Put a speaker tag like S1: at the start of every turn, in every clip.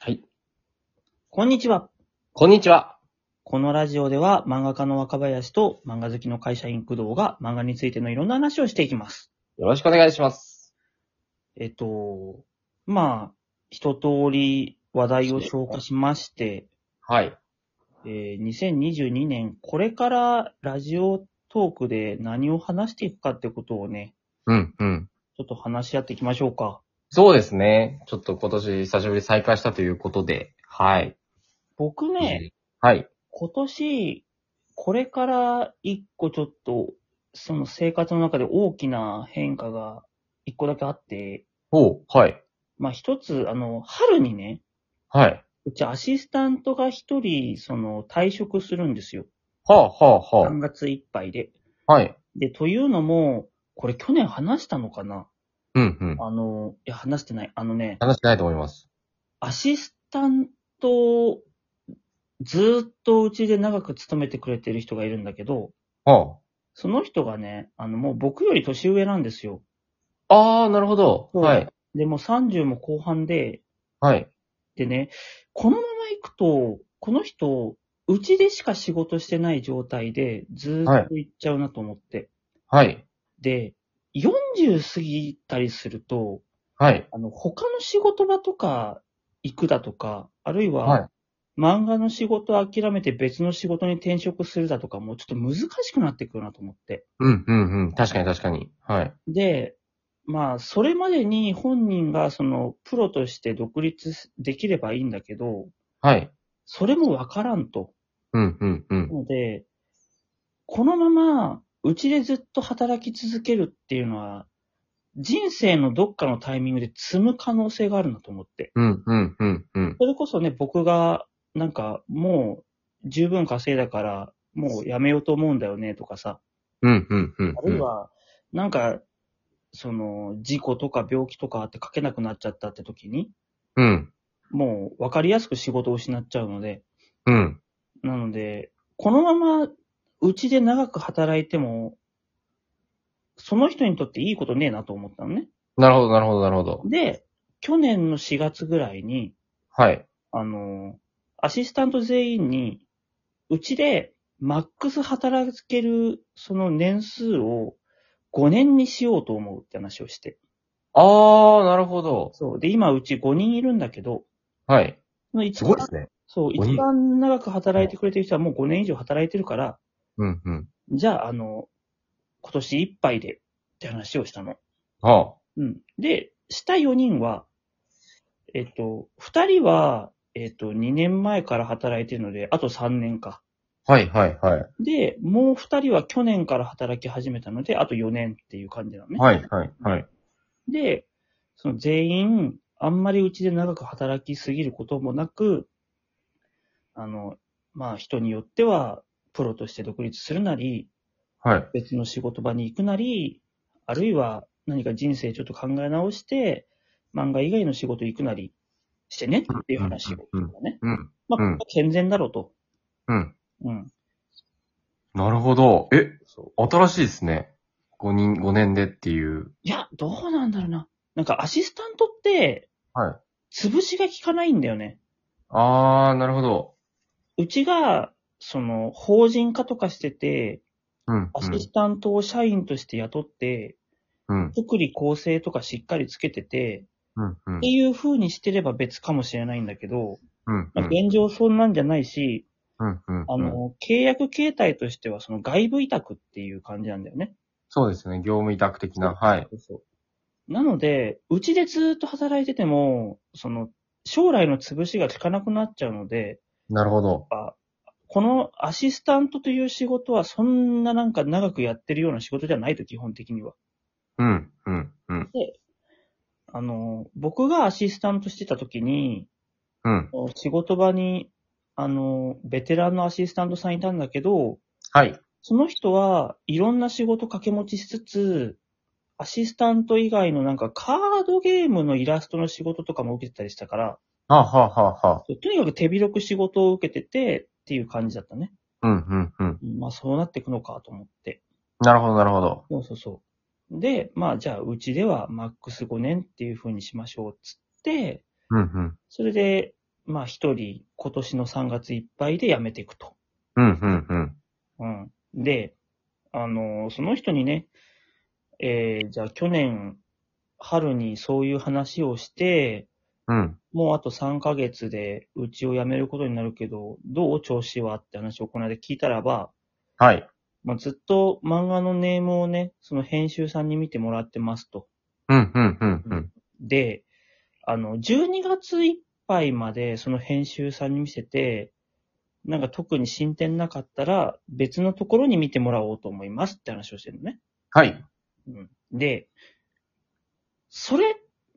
S1: はい。
S2: こんにちは。
S1: こんにちは。
S2: このラジオでは漫画家の若林と漫画好きの会社員工藤が漫画についてのいろんな話をしていきます。
S1: よろしくお願いします。
S2: えっと、まあ、一通り話題を消化しまして、
S1: はい。
S2: えー2022年これからラジオトークで何を話していくかってことをね、
S1: うん、うん。
S2: ちょっと話し合っていきましょうか。
S1: そうですね。ちょっと今年久しぶりに再開したということで。はい。
S2: 僕ね、
S1: はい。
S2: 今年、これから一個ちょっと、その生活の中で大きな変化が一個だけあって、
S1: おう、はい。
S2: まあ、一つ、あの、春にね、
S1: はい。
S2: うちアシスタントが一人、その、退職するんですよ。
S1: はあ、はあ、
S2: 3
S1: は
S2: 月いっぱいで。
S1: あ。はい。
S2: で、というのも、これ去年話したのかな
S1: うん、うん。
S2: あの、いや、話してない。あのね、
S1: 話してないと思います。
S2: アシスタント、ずーっとうちで長く勤めてくれてる人がいるんだけど、
S1: は
S2: その人がね、あの、もう僕より年上なんですよ。
S1: あ。ああ、なるほど。はい。
S2: で、もう30も後半で、
S1: はい。
S2: でね、このまま行くと、この人、うちでしか仕事してない状態で、ずーっと行っちゃうなと思って。
S1: はい。
S2: で、40過ぎたりすると、
S1: はい。
S2: あの、他の仕事場とか行くだとか、あるいは、
S1: はい。
S2: 漫画の仕事を諦めて別の仕事に転職するだとか、もうちょっと難しくなってくるなと思って。
S1: うん、うん、うん。確かに確かに。はい。
S2: で、まあ、それまでに本人がその、プロとして独立できればいいんだけど、
S1: はい。
S2: それもわからんと。
S1: うん、うん、うん
S2: な。ので、このまま、うちでずっと働き続けるっていうのは、人生のどっかのタイミングで積む可能性があるなと思って。
S1: うん、うん、うん、うん。
S2: それこそね、僕が、なんか、もう、十分稼いだから、もうやめようと思うんだよね、とかさ。
S1: うん、うん、うん
S2: あ
S1: う
S2: るい
S1: ん。
S2: は、なんか、その、事故とか病気とかあって書けなくなっちゃったって時に、
S1: うん。
S2: もう、わかりやすく仕事を失っちゃうので、
S1: うん。
S2: なので、このまま、うちで長く働いても、その人にとっていいことねえなと思ったのね。
S1: なるほど、なるほど、なるほど。
S2: で、去年の4月ぐらいに、
S1: はい。
S2: あの、アシスタント全員に、うちでマックス働けるその年数を5年にしようと思うって話をして。
S1: ああ、なるほど。
S2: そう。で、今うち5人いるんだけど、
S1: はい。
S2: その一
S1: すごい
S2: 番
S1: ですね。
S2: そう、
S1: 五人
S2: 一番長く働いてくれてる人はもう5年以上働いてるから、
S1: うん、うん。
S2: じゃあ、あの、今年いっぱいでって話をしたの。
S1: は
S2: うん。で、下4人は、えっと、2人は、えっと、2年前から働いてるので、あと3年か。
S1: あ。はい、はい、はい。
S2: で、もう2人は去年から働き始めたので、あと4年っていう感じなのね。
S1: はい、はい、はい。
S2: で、その全員、あんまりうちで長く働きすぎることもなく、あの、まあ人によっては、プロとして独立するなり、
S1: はい。
S2: 別の仕事場に行くなり、あるいは何か人生ちょっと考え直して、漫画以外の仕事行くなりしてねっていう話を
S1: うん
S2: ね。
S1: うん。
S2: まあ、こ
S1: う
S2: れ
S1: ん
S2: は健全だろうと。
S1: うん。
S2: うん。
S1: なるほど。え、
S2: そ
S1: 新しいですね。5人、5年でっていう。
S2: いや、どうなんだろうな。なんかアシスタントって、
S1: はい。
S2: 潰しが効かないんだよね。
S1: あー、なるほど。
S2: うちが、その、法人化とかしてて、
S1: うん、
S2: アシスタントを社員として雇って、
S1: うん。うん、
S2: 福利構成とかしっかりつけてて、
S1: うん、うん
S2: って。いう風にしてれば別かもしれないんだけど、
S1: うん、う
S2: まあ
S1: ん。
S2: 現状そんなんじゃないし、
S1: うん、うん。
S2: あの、契約形態としては、その外部委託っていう感じなんだよね。
S1: そうですね。業務委託的な。はい。
S2: そうそう。なので、うちでずーっと働いてても、その、将来の潰しが効かなくなっちゃうので、
S1: なるほど。
S2: このアシスタントという仕事は、そんななんか長くやってるような仕事じゃないと、基本的には。
S1: うん、うん、うん。
S2: あの、僕がアシスタントしてた時に、
S1: うん。
S2: 仕事場に、あの、ベテランのアシスタントさんいたんだけど、
S1: はい。
S2: その人はいろんな仕事掛け持ちしつつ、アシスタント以外のなんかカードゲームのイラストの仕事とかも受けてたりしたから、
S1: はあ、はあ、はあ、はあ。
S2: とにかく手広く仕事を受けててっていう感じだったね。
S1: うん、うん、うん。
S2: うんまあそうなっていくのかと思って。
S1: なるほど、なるほど。
S2: そうそうそう。で、まあじゃあうちではマックス5年っていう風にしましょうっつって、
S1: うん、うん。
S2: それでまあ一人今年の3月いっぱいで辞めていくと。
S1: うん、うん、うん。
S2: うん。で、あの、その人にね、えーじゃあ去年、春にそういう話をして、
S1: うん。
S2: もうあと3ヶ月でうちを辞めることになるけど、どう調子はって話をこの間聞いたらば、
S1: はい。
S2: まあ、ずっと漫画のネームをね、その編集さんに見てもらってますと。
S1: うん、うん、うん、うん。
S2: で、あの、12月いっぱいまでその編集さんに見せて、なんか特に進展なかったら別のところに見てもらおうと思いますって話をしてるのね。
S1: はい。
S2: うん、で、それ、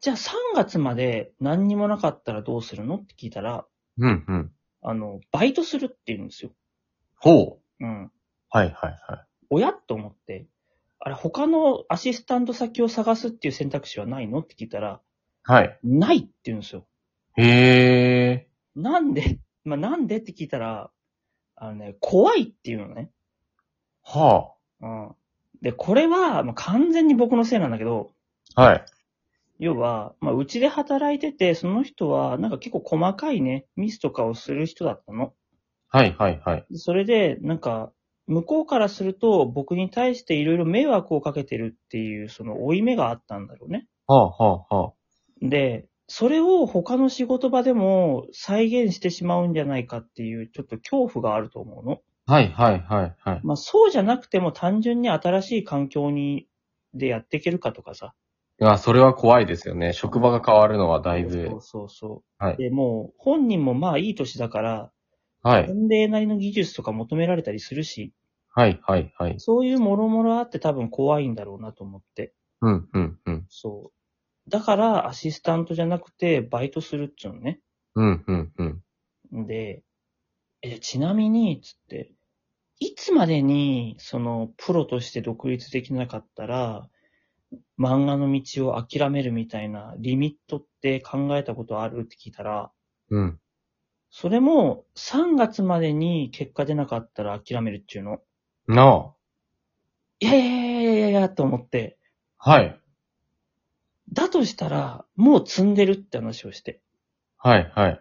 S2: じゃあ3月まで何にもなかったらどうするのって聞いたら、
S1: うん、うん。
S2: あの、バイトするって言うんですよ。
S1: ほう。
S2: うん。
S1: はい、はい、はい。
S2: 親と思って、あれ他のアシスタント先を探すっていう選択肢はないのって聞いたら、
S1: はい。
S2: ないって言うんですよ。
S1: へえ。
S2: なんで、まあ、なんでって聞いたら、あのね、怖いっていうのね。
S1: は
S2: うん。で、これは、まあ、完全に僕のせいなんだけど、
S1: あ。はい。
S2: 要は、まあ、うちで働いてて、その人は、なんか結構細かいね、ミスとかをする人だったの。
S1: はい、はい、はい。
S2: でそれで、なんか、向こうからすると、僕に対していろいろ迷惑をかけてるっていう、その、負い目があったんだろうね。
S1: はあ、はあ、は
S2: で、それを他の仕事場でも再現してしまうんじゃないかっていう、ちょっと恐怖があると思うの。
S1: あ。はい、はい、はい、はい。
S2: まあそうじゃなくても単純に新しい環境に、でやっていけるかとかさ。
S1: いや、それは怖いですよね。職場が変わるのはだいぶ
S2: そ。うそうそう。
S1: はい
S2: で、もう本人もまあいい年だから、
S1: はい。
S2: 年齢なりの技術とか求められたりするし、
S1: はい、はい、はい。
S2: そういうもろもろあって多分怖いんだろうなと思って。
S1: うん、うん、うん。
S2: そう。だからアシスタントじゃなくてバイトするっつうのね。
S1: うん、うん、うん。
S2: んで、え、ちなみに、つって、いつまでに、その、プロとして独立できなかったら、漫画の道を諦めるみたいなリミットって考えたことあるって聞いたら、
S1: うん。
S2: それも3月までに結果出なかったら諦めるっていうの。
S1: ない
S2: やいやいやいやいやと思って、
S1: あ。はい。
S2: だとしたら、もう積んでるって話をして。
S1: はい、はい。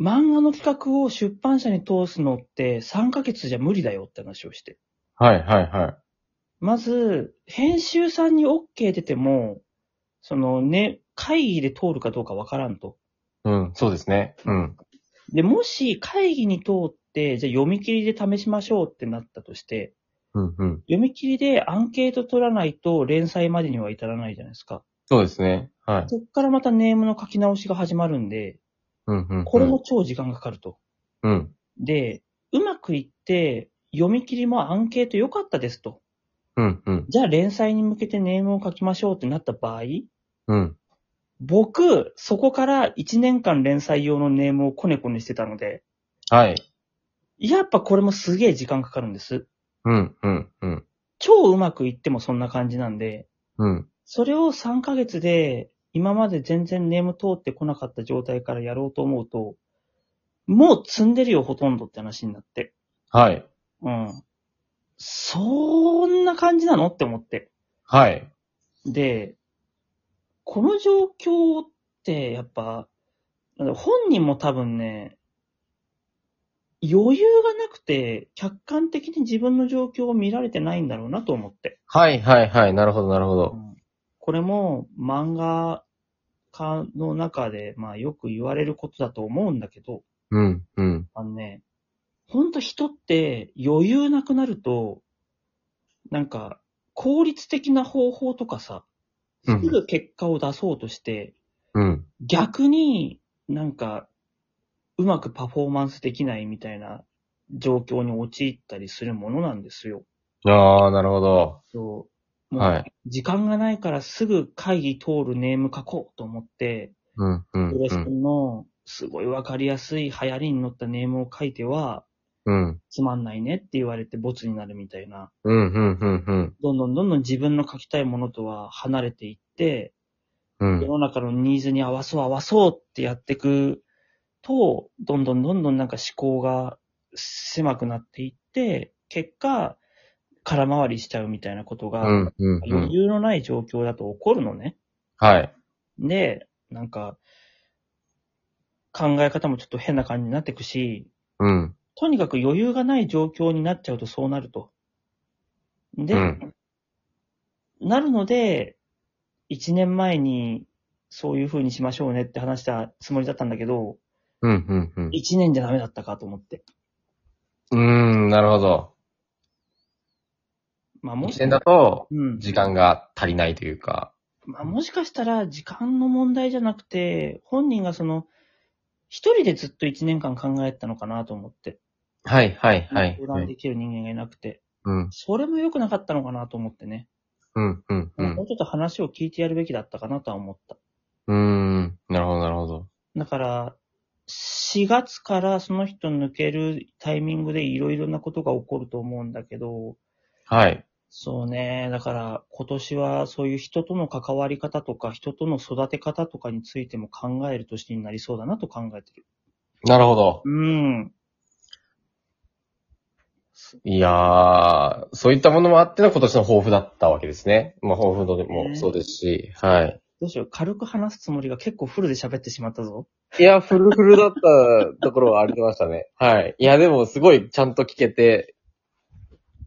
S2: 漫画の企画を出版社に通すのって3ヶ月じゃ無理だよって話をして。
S1: はい、はい、はい。
S2: まず、編集さんに OK 出ても、そのね、会議で通るかどうかわからんと。
S1: うん、そうですね。うん。
S2: で、もし会議に通って、じゃあ読み切りで試しましょうってなったとして、
S1: うん、うん。
S2: 読み切りでアンケート取らないと連載までには至らないじゃないですか。
S1: そうですね。はい。
S2: そっからまたネームの書き直しが始まるんで、
S1: うん、うん。
S2: これも超時間がかかると。
S1: うん。
S2: で、うまくいって、読み切りもアンケート良かったですと。
S1: うん、うん。
S2: じゃあ連載に向けてネームを書きましょうってなった場合、
S1: うん。
S2: 僕、そこから1年間連載用のネームをコネコネしてたので、
S1: はい。
S2: やっぱこれもすげえ時間かかるんです。
S1: うん、うん、うん。
S2: 超うまくいってもそんな感じなんで、
S1: うん。
S2: それを3ヶ月で、今まで全然ネーム通ってこなかった状態からやろうと思うと、もう積んでるよ、ほとんどって話になって。
S1: はい。
S2: うん。そんな感じなのって思って。
S1: はい。
S2: で、この状況って、やっぱ、なんだろう本人も多分ね、余裕がなくて、客観的に自分の状況を見られてないんだろうなと思って。
S1: はい、はい、はい。なるほど、なるほど。
S2: これも漫画家の中で、まあよく言われることだと思うんだけど、
S1: うん、うん。
S2: あのね、ほんと人って余裕なくなると、なんか効率的な方法とかさ、
S1: う
S2: す
S1: ん
S2: ぐ結果を出そうとして、
S1: うん。
S2: 逆になんか、うまくパフォーマンスできないみたいな状況に陥ったりするものなんですよ。
S1: ああ、なるほど。
S2: そう。もう
S1: はい。
S2: 時間がないからすぐ会議通るネーム書こうと思って、
S1: うん、うん、
S2: ドレ
S1: う
S2: ス
S1: ん。
S2: 君のすごいわかりやすい流行りに乗ったネームを書いては、
S1: うん、
S2: つまんないねって言われてボツになるみたいな。
S1: うん、うん、うん、
S2: どんどんどんどん自分の書きたいものとは離れていって、
S1: うん。
S2: 世の中のニーズに合わそう合わそうってやっていくと、どんどんどんどんなんか思考が狭くなっていって、結果、空回りしちゃうみたいなことが、
S1: うん、うん、う
S2: 余
S1: ん。
S2: 裕のない状況だと起こるのね。
S1: はい。
S2: で、なんか、考え方もちょっと変な感じになっていくし、
S1: うん。
S2: とにかく余裕がない状況になっちゃうとそうなると。で、
S1: うん
S2: なるので、1年前にそういう風にしましょうねって話したつもりだったんだけど、
S1: うん、うん、
S2: 1年じゃダメだったかと思って。
S1: うん。うーん、なるほど。
S2: まあも
S1: 一
S2: し、
S1: 年だと、
S2: うん。
S1: 時間が足りないというか。
S2: まあもしかしたら時間の問題じゃなくて、本人がその、一人でずっと1年間考えてたのかなと思って。
S1: はい、はい、はい。
S2: 相談できる人間がいなくて。
S1: うん、
S2: それも良くなかったのかなと思ってね。
S1: うん、うん、う
S2: まあ
S1: ん
S2: もう。ちょっと話を聞いてやるべきだったかなとは思った。
S1: うーん。なるほど、なるほど。
S2: だから、4月からその人抜けるタイミングでいろいろなことが起こると思うんだけど、
S1: はい。
S2: そうね、だから今年はそういう人との関わり方とか人との育て方とかについても考える年になりそうだなと考えてる。
S1: なるほど。
S2: うん。
S1: いやー、そういったものもあっての今年の抱負だったわけですね。まあ、抱負ので
S2: ね
S1: もそうですし、はい。
S2: どうしよう、軽く話すつもりが結構フルで喋ってしまったぞ。
S1: いや、フルフルだったところはありましたね。 はい。いや、でもすごいちゃんと聞けて、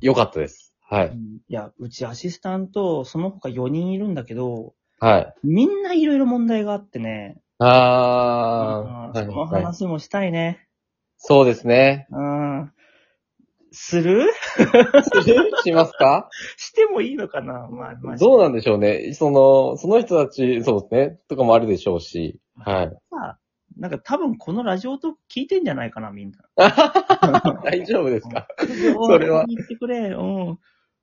S1: よかったです。は
S2: う
S1: い。
S2: んいや、うちアシスタント、その他4人いるんだけど、
S1: はい。
S2: みんないろいろ問題があってね。
S1: あー、
S2: うんその
S1: はいはい、
S2: 話もしたいね。
S1: そうですね。
S2: うん。する
S1: します か
S2: してもいいのかなまあ、まあ、
S1: どうなんでしょうね。その、その人たち、そうですね。とかもあるでしょうし。はい。
S2: まあなんか多分このラジオと聞いてんじゃないかな、みんな。
S1: 大丈夫ですか
S2: そ
S1: れは
S2: 言ってくれ、うん。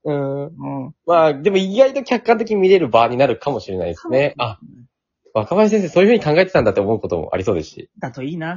S2: うん。
S1: うん。まあ、でも意外と客観的に見れる場になるかもしれないですね。あ、若林先生そういうふうに考えてたんだって思うこともありそうですし。
S2: だといいな。